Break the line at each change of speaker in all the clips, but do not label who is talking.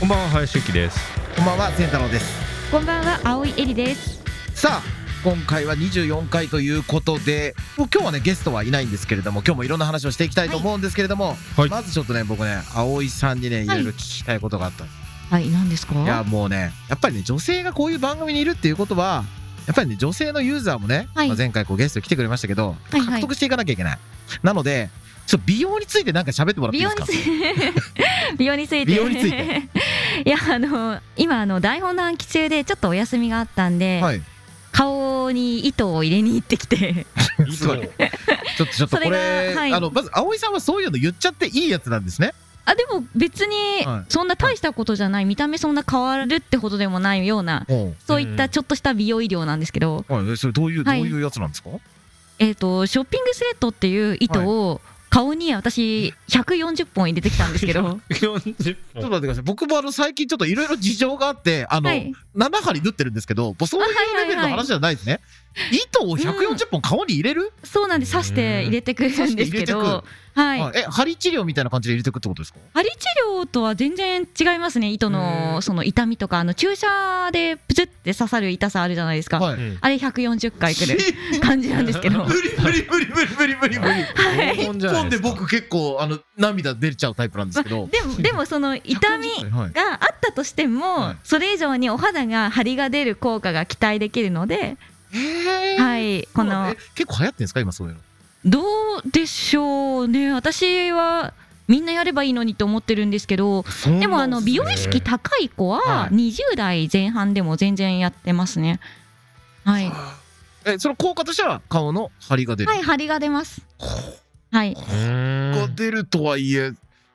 こんばんは林幸です
こんばんは善太郎です
こんばんは青井えりです。
さあ今回は24回ということでもう今日はねゲストはいないんですけれども今日もいろんな話をしていきたいと思うんですけれども、
はい
まずちょっとね僕ね葵さんにねいろいろ聞きたいことがあった、
はい、何ですか。
い、やもうねやっぱりね女性がこういう番組にいるっていうことはやっぱりね女性のユーザーもね、
はい
まあ前回こうゲスト来てくれましたけど
はいはい
獲得していかなきゃいけない、なのでちょっと美容についてなんか喋ってもらってい
美
いで
容
す
に
か
ついて美容について
美容について
いやあの今あの台本の暗記中でちょっとお休みがあったんで、
はい
顔に糸を入れに行ってきて
いつ
すごいちょっとちょっと
そ
こ
れ
れ
がはい
あのまず葵さんはそういうの言っちゃっていいやつなんですね
あでも別に
はい
そんな大したことじゃない見た目そんな変わるってほどでもないような
うん
そういったちょっとした美容医療なんですけど、
はいえそれどういう、
はい
どういうやつな んですか
えっとショッピングスレッドっていう糸を顔に私140本入れてきたんですけ ど
40
ちょっと待ってください。僕もあの最近ちょっといろいろ事情があって、あの、
はい
7針縫ってるんですけど、もうそういうレベルの話じゃないですね。糸を140本顔に入れる、
そうなんで刺して入れてくるんですけ
刺して入れて
どはい
あえ、針治療みたいな感じで入れてくってことですか
針治療とは全然違いますね糸
へー
のその痛みとかあの注射でプツって刺さる痛さあるじゃないですか、
はい。
うん
あれ140回くる
ひ
感じなんですけど
無理無理無理無理無理無理無理。
はい
黄金じ
一
ゃない
本
で
です
か
僕結構あの涙出ちゃうタイプなんですけど。
で もでもその痛み
140はい
があったとしても、
はい
それ以上にお肌が張りが出る効果が期待できるので、
へー
はいこ
そうな
の
え結構流行ってんですか今そういうの。
どうでしょうね私はみんなやればいいのにと思ってるんですけどでもあの美容意識高い子
は
はい20代前半でも全然やってますね。はい、
えその効果としては顔の張りが出る。
はい、張りが出ます。
こ
はい、シ
が出るとはいえ、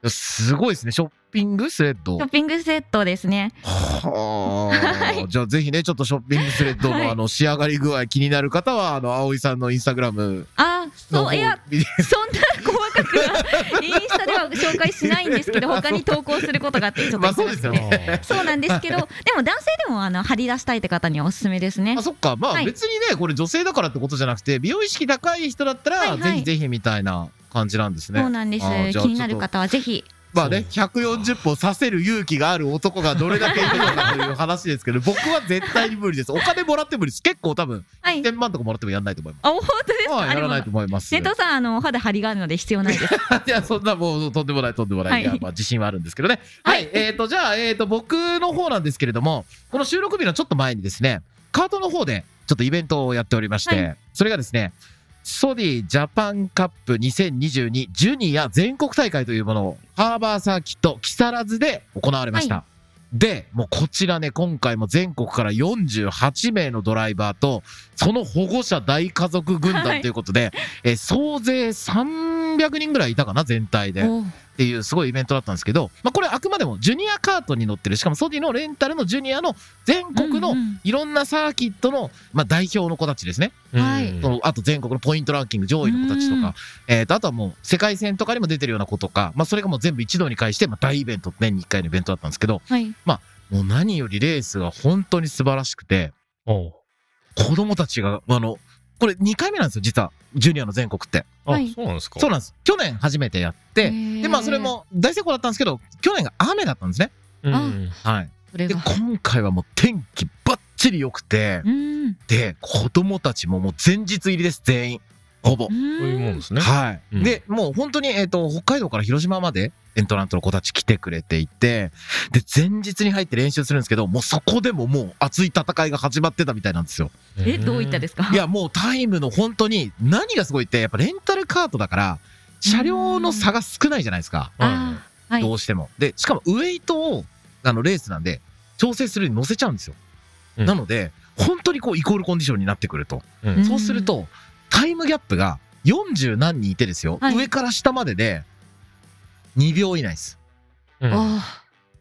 すごいですね。ショッピングスレッド
ョッ。ピングセットですね。
は
は
あ、じゃあぜひねちょっとショッピングスレッド
はい
のあの仕上がり具合気になる方はあの葵さんのインスタグラム
あ、
の
そ
方
う、いや、
見て
そんな細かくはインスタでは紹介しないんですけ ど、他に投稿することがあって、ちょっと
まあそう
忙
で
し
す
くて
よね
ね
そうなんで すけど、でも男性でもあの張り出したいって方にはおすすめですね
あ。そっかま
は
あ
い
別にねこれ女性だからってことじゃなくて美容意識高い人だった
はい
ら
はい
ぜひぜひみたいな感じなんですね
そうなんです
あー。じゃあ
気になる方はぜひ。
まあね140本させる勇気がある男がどれだけいるのかという話ですけど僕は絶対に無理ですお金もらって無理です結構多分
はい。
1000万とかもらってもやんないと思います
あ、本当です
ま
か。
あ
あ
や
で
ら
も
ないと思います
瀬戸さん、あのお肌張りがあるので必要な いです。
いや、そんなもう、とんでもない、とんでもない。、
はいい
や、まあ、自信はあるんですけどね。はい。
はい
えっ、と、じゃあ、えっ、と、僕の方なんですけれども、この収録日のちょっと前にですね、カートの方で、ちょっとイベントをやっておりまして、
は
それがですね、ソディジャパンカップ2022ジュニア全国大会というものを、ハーバーサーキット木更津で行われました。
は
で、もうこちらね、今回も全国から48名のドライバーと、その保護者大家族軍団ということで、えー総勢300人ぐらいいたかな、全体で。っ
お
ていうすごいイベントだったんですけど、まあ、これあくまでもジュニアカートに乗ってる、しかもソディのレンタルのジュニアの全国
う
の
んうん
いろんなサーキットの、まあ、代表の子たちですね。
はい
そのあと全国のポイントランキング上位の子たちと
うん
か、えーとあとはもう世界戦とかにも出てるような子とか、まあ、それがもう全部一堂に会して、まあ、大イベント、年に1回のイベントだったんですけど、
はい。
もう何よりレースが本当に素晴らしくて、
おう
子供たちが、あの、これ2回目なんですよ、実は、ジュニアの全国って。
あ
はい
そうなんですか
そうなんです。去年初めてやって、で、まあそれも大成功だったんですけど、去年が雨だったんですね。
うん
はい。
それ
で、
は。
今回はもう天気ばっちり良くて、
うん。
で、子供たちももう前日入りです、全員。ほぼ
う。
そういうもん
ん
で。すね
はい、
うん
で、もう本当に、えっ、と、北海道から広島まで、エントラントの子たち来てくれていて、で、前日に入って練習するんですけど、もうそこでももう熱い戦いが始まってたみたいなんですよ。
え、どういったですすか。
いや、もうタイムの本当に、何がすごいって、やっぱレンタルカートだから、車両の差が少ないじゃないですか。
あー、はい。
どうしても。で、しかもウエイトを、あの、レースなんで、調整するに乗せちゃうんですよ。
うん
なので、本当にこう、イコールコンディションになってくると。
うん
そうすると、タイムギャップが40何人いてですよ。
はい
上から下までで、2秒以内です。
うん
あ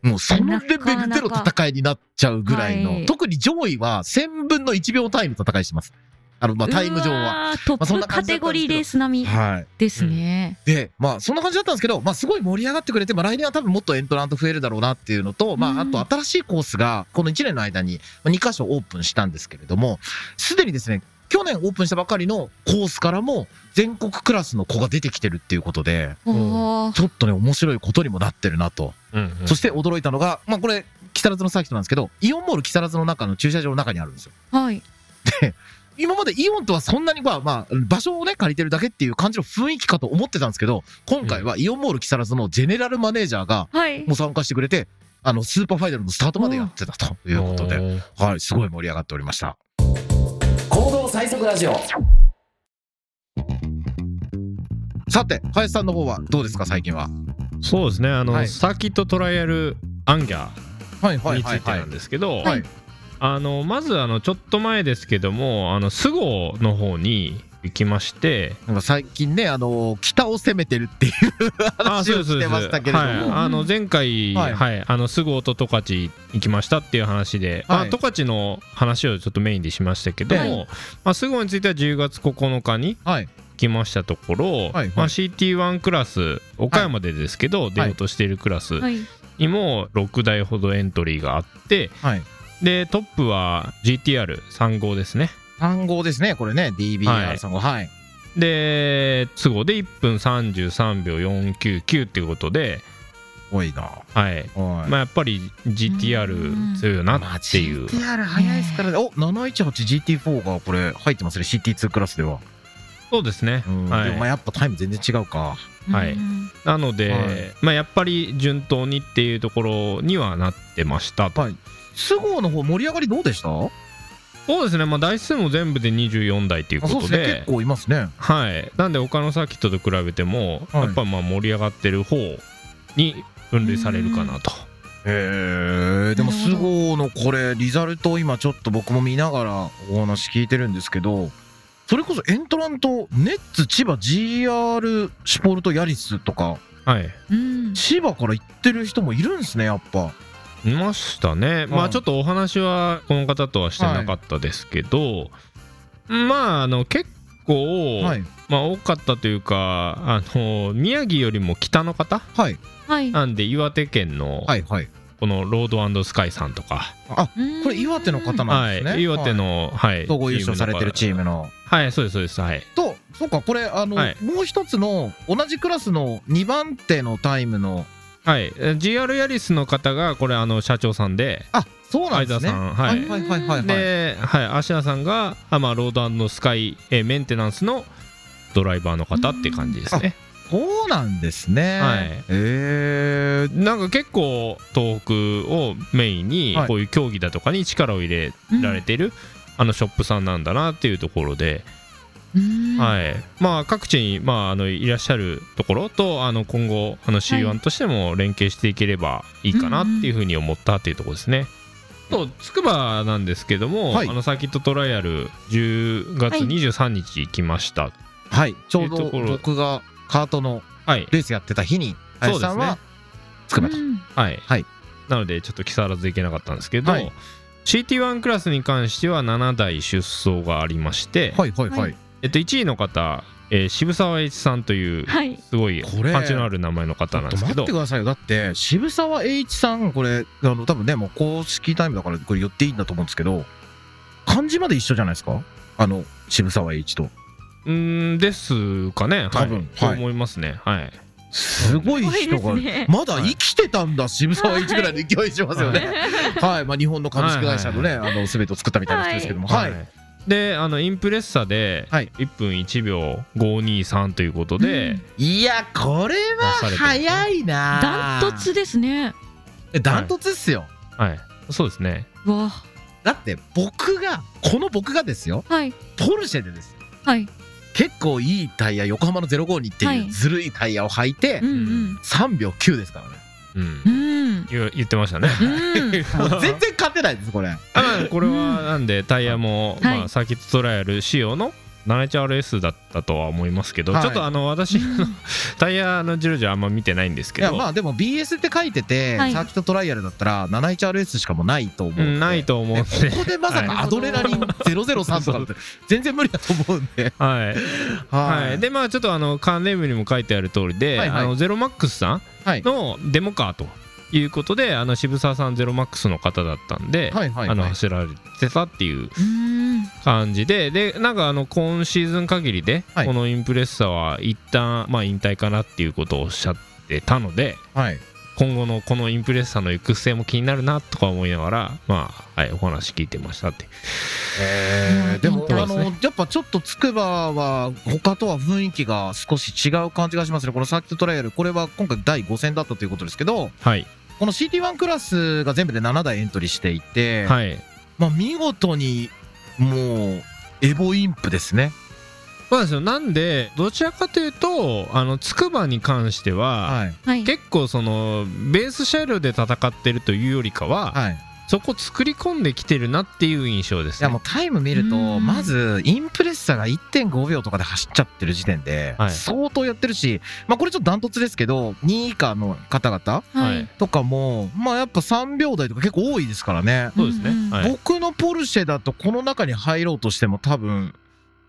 もうその
な
レベ
か
ルで
な
の
か
戦いになっちゃうぐらいの、
はい
特に上位は1000分の1秒単位の戦いしてます。あの、まあ、
ー
タイム上は。。
うわート
まあそん
ッ
な
プ
感
カ
じだ
テ
ったん
ゴ
ですけど
リーレース並み
はい。
ですね。
で、まあ、そんな感じだったんですけど、まあ、すごい盛り上がってくれて、まあ、来年は多分もっとエントラント増えるだろうなっていうのと、まあ、あ
うん
と新しいコースが、この1年の間にまあ2箇所オープンしたんですけれども、すでにですね、去年オープンしたばかりのコースからも全国クラスの子が出てきてるっていうことで
おー
ちょっとね面白いことにもなってるなと、
うんうん
そして驚いたのがまあこれ木更津のサーキットなんですけどイオンモール木更津の中の駐車場の中にあるんですよ
はい。
今までイオンとはそんなにまあ、まあ、場所をね借りてるだけっていう感じの雰囲気かと思ってたんですけど今回はイオンモール木更津のジェネラルマネージャーが
はい
も。う参加してくれてあのスーパーファイナルのスタートまでやってたということで、
おー
はい、すごい盛り上がっておりました。
行動最速ラジオ
さて林さんの方はどうですか最近は
そうですねあの、
はい
サーキットトライアルアンギャ
はい
ーについてなんですけど、
はい
あのまずあのちょっと前ですけどもあの菅生の方に行きまして
なんか最近ね、あのー北を攻めてるっていう
あそ
話
う
を
ですそうで
して
す
ましたけれども、
はいあの前回、
は
はいいあのすぐ音十勝行きましたっていう話でま
は
あ
い
十勝、の話をちょっとメインでしましたけども、
はい
まあ、すぐ音については10月9日に
はい
行きましたところ、
はい
まあ、CT1 クラス岡山でですけど、出ようとしているクラス
はい。
にも6台ほどエントリーがあって
はい、
でトップは GTR3 号ですね
単語ですね、これね、
は
DBR
い
さんが、はい、
で都合で1分33秒499っていうことで
多いな、
はい
お
ま
い
あ、やっぱり
うん
GTR 強いよなっていう、
GTR 早いですからね、お718GT4 がこれ、入ってますね、CT2 クラスでは。
そうですね、
うん
は
でもまあ
い、
やっぱタイム全然違うか。
はい
うん
なので、
はい
まあ、やっぱり順当にっていうところにはなってましたと、
はい菅生の方盛り上がりどうでした
そうですね、まあ、台数も全部で24台というこ
あそう
と
ですね
で、
結構いますね。
はい、なんで他のサーキットと比べても、
はい
やっぱまあ盛り上がってる方に分類されるかなと、
へえでも
なる
菅生
ほ
のこれリザルトを今ちょっと僕も見ながらお話聞いてるんですけどそれこそエントラントネッツ千葉 GR シュポルトヤリスとか
はい
うん。
千葉から行ってる人もいるんですねやっぱ
いましたね、ま
は
あ
い
ちょっとお話はこの方とはしてなかったですけど、まああの結構、
はい
まあ、多かったというか、あの宮城よりも北の方
はい
はい。
なんで岩手県の
はいはい
このロードスカイさんとか、
あ
うん
これ岩手の方なん
は
ですね
い、岩手の、はい
総合優勝されてるチーム
の
の
はいそうですそうですはい
とそうかこれあの、
はい
もう一つの同じクラスの2番手のタイムの
はいえー GR ヤリスの方がこれあの社長さんで
あそうな
相
んで
沢
すね
さんは
はい
い
はいはいはいはい
で、はい、芦屋さんがあ、まあ、ロードスカイ、えーメンテナンスのドライバーの方って感じですね
そうなんですね
はい
へえ
なんか結構東北をメインに
はい
こういう競技だとかに力を入れられてる、あのショップさんなんだなっていうところで、
うん
はいまあ、各地に、まあ、あのいらっしゃるところとあの今後あの C1 としても連携していければいいかなっていうふうに思ったっていうところですね。とつくばなんですけども、
はい
あのサーキットトライアル10月
はい
23日行きました、はい
はい、ちょう
いう
ど
ところ
僕がカートのレースやってた日に、
そう
林
ですね
さんはつくばと。
うん
はい、
はい
なのでちょっと木更津行けなかったんですけど、
はい
CT1 クラスに関しては7台出走がありまして、
はいはいはい。
はい
えっと、1位の方、えー渋沢栄一さんという
はい。
すごい
これ
パンチのある名前の
ちょ
方な
っ
んで
と
す
待
け
って
ど
くださいよだって渋沢栄一さんこれあの多分ねもう公式タイムだからこれ言っていいんだと思うんですけど漢字まで一緒じゃないですかあの渋沢栄一と
うーんですかね
多
はい
分
そう
はい
思いますねはい
すごい人
すご
が、
いですね
まだ生きてたんだ渋沢栄一ぐらいの勢いしますよねはい、まあ、日本の株式会社のね、あの全てを作ったみたいな人ですけどもはい、
はいであのインプレッサで
はい
1分1秒523ということ
う
で
ん
い、やこれは
出されてますね
いな
ダントツですね。
えダントツっすよ、
はいそうですね
わ
だって僕がこの僕がですよ
はい
ポルシェでですよ
はい。
結構いいタイヤ横浜の052って
は
いう
い
ずるいタイヤを履いて
うん
3秒9ですからね
うん
うんうん
言言ってま したね
うん。
もう全然勝てないですこれ
あこれはなんでタイヤも、
はい
まあ、サーキットトライアル仕様の 7HRS だったとは思いますけど、
はい
ちょっとあの私タイヤのジュルジュあんま見てないんです
い
け
や
ど、
まあでも BS って書いててサ
はい
ーキットトライアルだったら 71RS しかもうないと思う
うん
で
んないと思うん
ね
で
ここでまさかアドレナリン003とかって全然無理だと思うんで
はい
は
はい、でまあちょっとあのカーネームにも書いてある通りで、
はいは
あ
い
のゼロマックスさん
はい
のデモカーということであの渋沢さんゼロマックスの方だったんで、
はいはい
あの
はい
走られてたっていう
うーん
感じででなんかあの今シーズン限りで、
はい
このインプレッサは一旦まあ引退かなっていうことをおっしゃってたので
はい
今後のこのインプレッサの行く末も気になるなとか思いながらまあ、はい、お話聞いてましたって
えーでも、
そう
あ
ですね
のやっぱちょっとつくばは他とは雰囲気が少し違う感じがしますねこのサーキットトライアルこれは今回第5戦だったということですけど
はい、
この CT1 クラスが全部で7台エントリーしていて、
はい
まあ、見事にもうエボインプですね
まあですよなんでどちらかというとあの筑波に関しては、
はい
はい
結構そのベース車両で戦ってるというよりかは、
はい
そこ作り込んできてるなっていう印象で
い
す
や
ね。
もうタイム見ると
うん
まずインプレッサが1.5秒とかで走っちゃってる時点で
はい
相当やってるし、まあ、これちょっとダントツですけど2位以下の方々
は
はいい
とかも、まあ、やっぱ3秒台とか結構多いですからね、
そうですね、
うんうん
はい
僕のポルシェだとこの中に入ろうとしても多分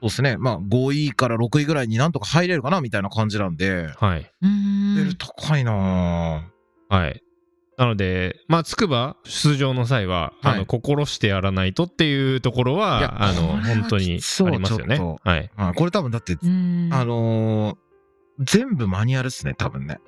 そうですね、まあ、5位から6位ぐらいになんとか入れるかなみたいな感じなんで。
はい、
うー
レベ
ん
ル高いなぁ
はい、なのでまあつくば出場の際は、
は
あ
い
の心してやらないとっていうところ
いや
はあ
こ
の
れは
本当に
きつそう
ありますよね
ちょっ。
はい、
あこれ多分だって、
うーん
あのー全部マニュアルっすね多分ね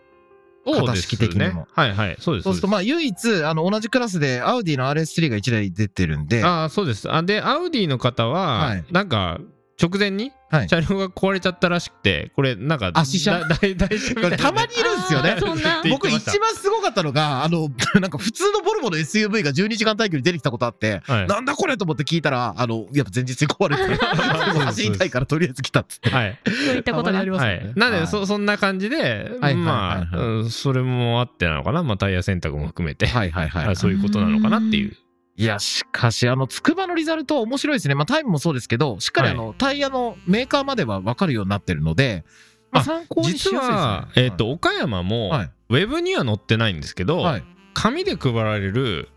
そう
形
です
式的に
ね
も。
はいはいそうです
そうす
そう
ると
で
まあ唯一あの同じクラスでアウディの RS3 が1台出てるんです
あーそうですあでアウディの方は、
はい
なんか直前に
はい
車両が壊れちゃったらしくてこれなんか
あ試車
だ大大車みたいな
たまにいるんですよね
あーそんな
で
僕
言っ
一
て
番すごかったのがあの なんか普通のボルボの SUV が12時間耐久に出てきたことあって、
はい
なんだこれと思って聞いたらあのやっぱ前日に壊れて走りたいからとりあえず来たっつって
はい
そういったこと
たまにありま
が
す
は
よね
い、なので、
はい
そそんな感じで、
はい
まあ、
はいはいは
うんそれもあってなのかな、まあ、タイヤ選択も含めて、
はいはいはい
あそういうことなのかなっていう。
いやしかしあのつくばのリザルトは面白いですねまあタイムもそうですけどしっかりあの、タイヤのメーカーまでは分かるようになってるので、まあ、
あ
参考にしやすいです
実
ね
は、えっと岡山も、
はい
ウェブには載ってないんですけど、
はい
紙で配られる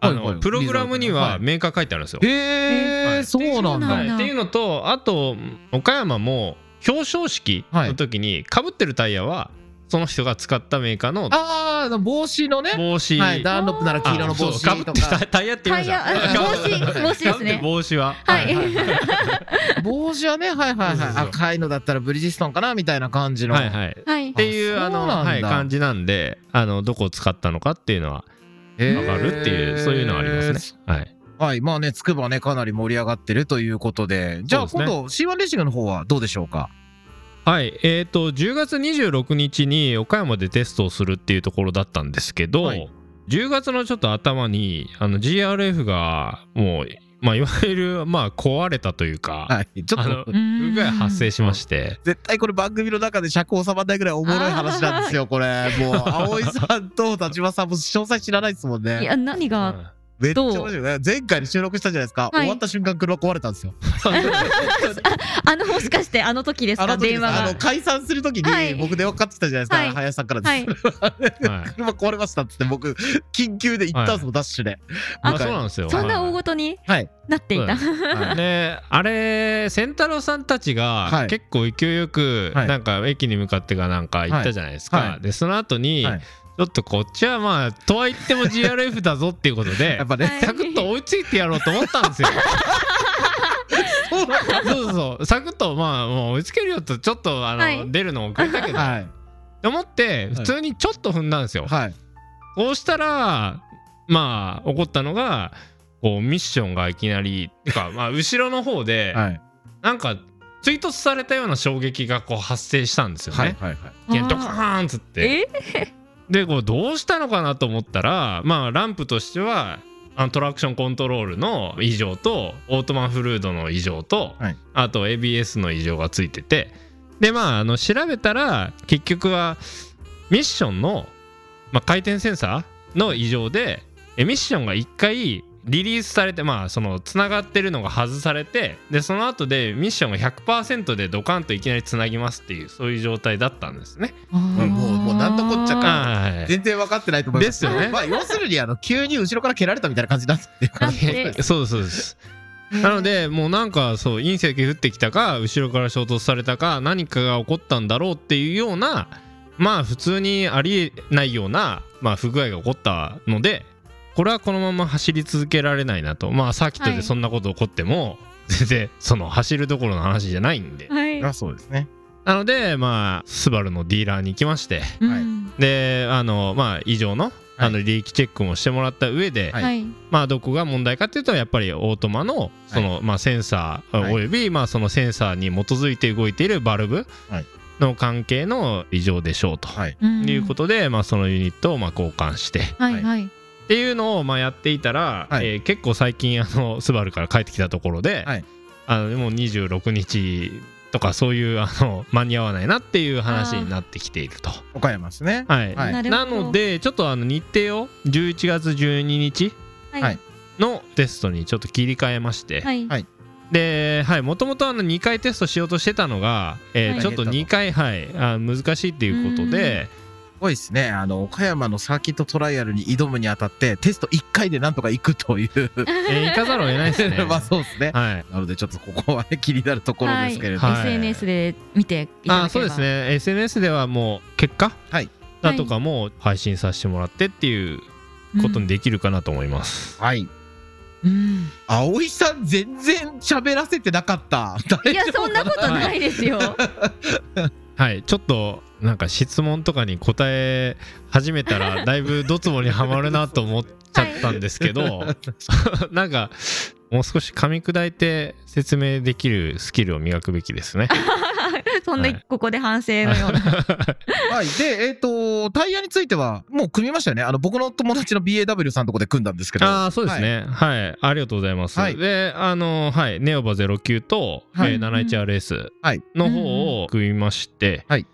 あの、
はいはい
プログラムには
リザルトねはい
メーカー書いてあるんですよ。
へ
は
え
い
そうなんだ、
はいっていうのとあと岡山も表彰式の時にかぶってるタイヤはその人が使ったメーカーの
ああ帽子のね
帽子、
はい、ダンロップなら黄色の帽子と
か
か
ぶってたタイヤって言
タ
いまし
イ
た
ヤあ帽子帽子で
被
す
ってる
ね
帽子は、
はい
帽子はねはいは
そう
い
そう
は
そ
いう赤いのだったらブリヂストンかなみたいな感じの、
はいはい
はい
っていう
あ
あの
そうなんだ
はい、感じなんであのどこを使ったのかっていうのは
へー
分かるっていう、そういうのはありますね。はい、
はいまあねつくばねかなり盛り上がってるということでじゃあ
そう
今
ですね
度 C1 レーシングの方はどうでしょうか
はい、えっ、と10月26日に岡山でテストをするっていうところだったんですけど、
はい
10月のちょっと頭にあの GRF がもう、まあ、いわゆる、まあ、壊れたというか、
はいちょっ
あの
と
不具合発生しまして。
絶対これ番組の中で尺収まらないぐらいおもろい話なんですよこれもう葵さんと立場さんも詳細知らないですもん
い
ね
や何が
めっちゃ
どう
面白いね前回に収録したじゃないですか、
はい
終わった瞬間車壊れたんですよ
あのもしかしてあの時です
あ
か
の時で
電
す
話
あ
が
の解散する時
はい
に僕電話かかってきたじゃないですか、
はい
林さんからです、
はい
はい
車壊れましたっつって僕緊急で行ったんですもん、ダッシュで
ま
向
あ、
かい
そうなんですよ。
そんな大ごとに
はい
なっていた
はい
ねあれ仙太郎さんたち
は
が
い
結構勢いよく
はい
なんか駅に向かってかなんか行ったじゃないですか、
はいはい
でその後に、
はい
ちょっとこっちはまあとは言っても GRF だぞっていうことで
やっぱね、
はい
サクッと追いついてやろうと思ったん ですよ
そうなんだ
そうそうそうサクッとまあもう追いつけるよとちょっとあの、
はい
出るの遅れたけど、
はい
と思って普通にちょっと踏んだんですよ、
はい
こうしたらまあ起こったのがこうミッションがいきなりてかまあ後ろの方で、
はい
なんか追突されたような衝撃がこう発生したんですよ
はい
ね。
はい
ゲンドカーンっつって。
え
でこうどうしたのかなと思ったらまあランプとしてはあのトラクションコントロールの異常とオートマンフルードの異常と、
はい
あと ABS の異常がついててでまああの調べたら結局はミッションの、まあ、回転センサーの異常でえミッションが1回リリースされてまあそのつながってるのが外されてでその後でミッションが100%でドカンといきなりつなぎますっていうそういう状態だったんですね。
んもうもうなんだこっちゃか
はい
全然分かってないと思います
ですよね
まあ要するにあの急に後ろから蹴られたみたいな感じになったっていうか
だって
そうですそうです。なのでもうなんかそう隕石降ってきたか後ろから衝突されたか何かが起こったんだろうっていうようなまあ普通にありえないような、まあ、不具合が起こったのでこれはこのまま走り続けられないなとまあサーキット
は
で
い
そんなこと起こっても、 全然その走るどころの話じゃないんで
はい。
あそうですね
なのでまあスバルのディーラーに行きまして
うん
であのまあ以上のあの利益チェックもしてもらった上で、
はい
はい。
まあ、どこが問題かっていうとやっぱりオートマのその、まあ、センサ
は
ー
い
および、まあ、そのセンサーに基づいて動いているバルブ
はい
の関係の異常でしょうと、
はい
うん
いうことで、まあ、そのユニットをまあ交換してっ
はいはい。
ていうのをまあやっていたら、
はい
えー結構最近あのスバルから帰ってきたところで、
はい
あのもう26日とかそういうあの間に合わないなっていう話になってきていると。
岡山ですね
はい
はい
るほ
な
ど
の、でちょっとあの日程を11月12日
はい
はい
のテストにちょっと切り替えまして、
はい
はい
ではいもともとあの2回テストしようとしてたのが、えー
はい
ちょっと2回はいあ難しいっていうことで、
すごいですねあの岡山のサーキットトライアルに挑むにあたってテスト1回でなんとか行くという
えー行かざるを得ないですね
まあそうですね
はい
なのでちょっとここはね気になるところですけれども、
はい
SNS で見ていた
あ
だけ
そう
れば。
です。ね SNS ではもう結果、
はい
だとかも配信させてもらってっていうことにできるかなと思います、
はい
うん。
葵さん全然喋らせてなかった
いやそんなことないですよ。
はいちょっとなんか質問とかに答え始めた らだいぶドツボにはまるなと思っちゃったんですけど、 なんかもう少し噛み砕いて説明できるスキルを磨くべきです ね。
そんな
はい
ここで反省のような。
はい。で、えっ、と、タイヤについては、もう組みましたよね。あの、僕の友達の BAW さんのとこで組んだんですけど。
ああそうですね、はい、ありがとうございます。
はい
であのはいネオバ09と、
はい
えー 71RS
はい
の方を組みまして、
はい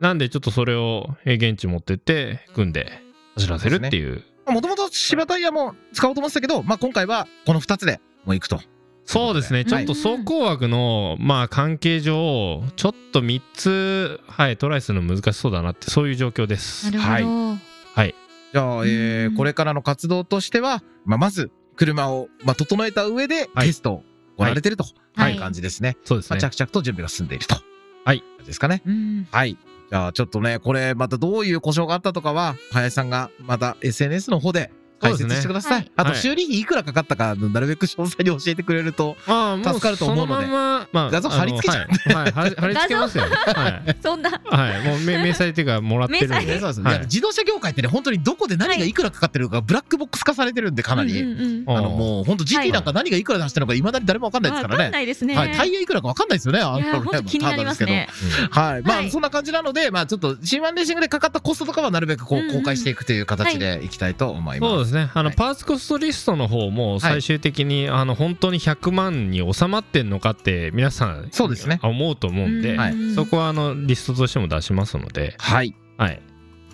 なんでちょっとそれをえー現地持ってって組んで走らせるっていう
もともと芝タイヤも使おうと思ってたけど、まあ今回はこの2つでもう行くと。
そうですね、
はい
ちょっと走行枠の、まあ、関係上、ちょっと3つ、はい、トライするの難しそうだなって、そういう状況です。
なるほど。
じゃあ、えー、
うん
これからの活動としては、まあまず、車を、まあ、整えた上で、
はい
テストを行われてると
はい
いう感じですね。
そうです
まあ、
ね。
着々と準備が進んでいると。
はい。
ですかね。
うん。
はい。じゃあ、ちょっとね、これ、またどういう故障があったとかは、林さんがまた SNS の方で解
そう
説
ですね
してください。
はい
あと、
はい
修理費いくらかかったか、なるべく詳細に教えてくれると、
まあ、も
助かると思うので
そのまんま、まあ、
画像貼り付けちゃう
あのはい、はい、貼り貼り付けますよ。はい、
そんな。
はい、もう、め明細っていうか、もらってるん
明細
で。
ね
そうです
はい
いや自動車業界ってね、本当にどこで何がいくらかかってるか、ブラックボックス化されてるんで、かなり。
うんうんうん
あ
あの、もう、本当 GT なんか何がいくら出してるのか、いまだに誰もわかんないです
わ
か
からん
ね。
ないですね。
はい。タイ
い
ヤいくらかわかんないですよね、あ
や本当気になりますね。。
う
はい。ま
は
あ、
い
そんな感じなので、まあ、ちょっと、C1 レーシングでかかったコストとかは、なるべくこ
うん
う、
うん
公開していくという形でいきたいと思い
ん
ます。
そうですねあの、
はい
パーツコストリストの方も最終的に、あの本当に100万に収まってんのかって皆さん
そうですね
思うと思うんで、
はい
そこはあのリストとしても出しますので、
はい。
はい、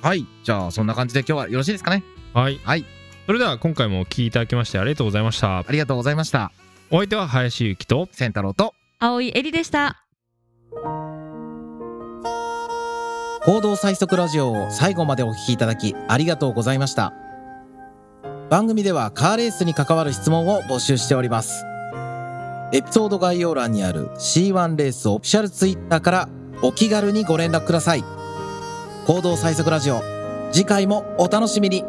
はい。じゃあ、そんな感じで今日はよろしいですかね。
はい、
はい
それでは今回もお聞きいただきましてありがとうございました
ありがとうございました。
お相手は林ゆきと
千太郎と、
青いエリでした。
行動最速ラジオを最後までお聞きいただきありがとうございました番組ではカーレースに関わる質問を募集しておりますエピソード概要欄にある C1 レースオフィシャルツイッターからお気軽にご連絡ください行動最速ラジオ次回もお楽しみに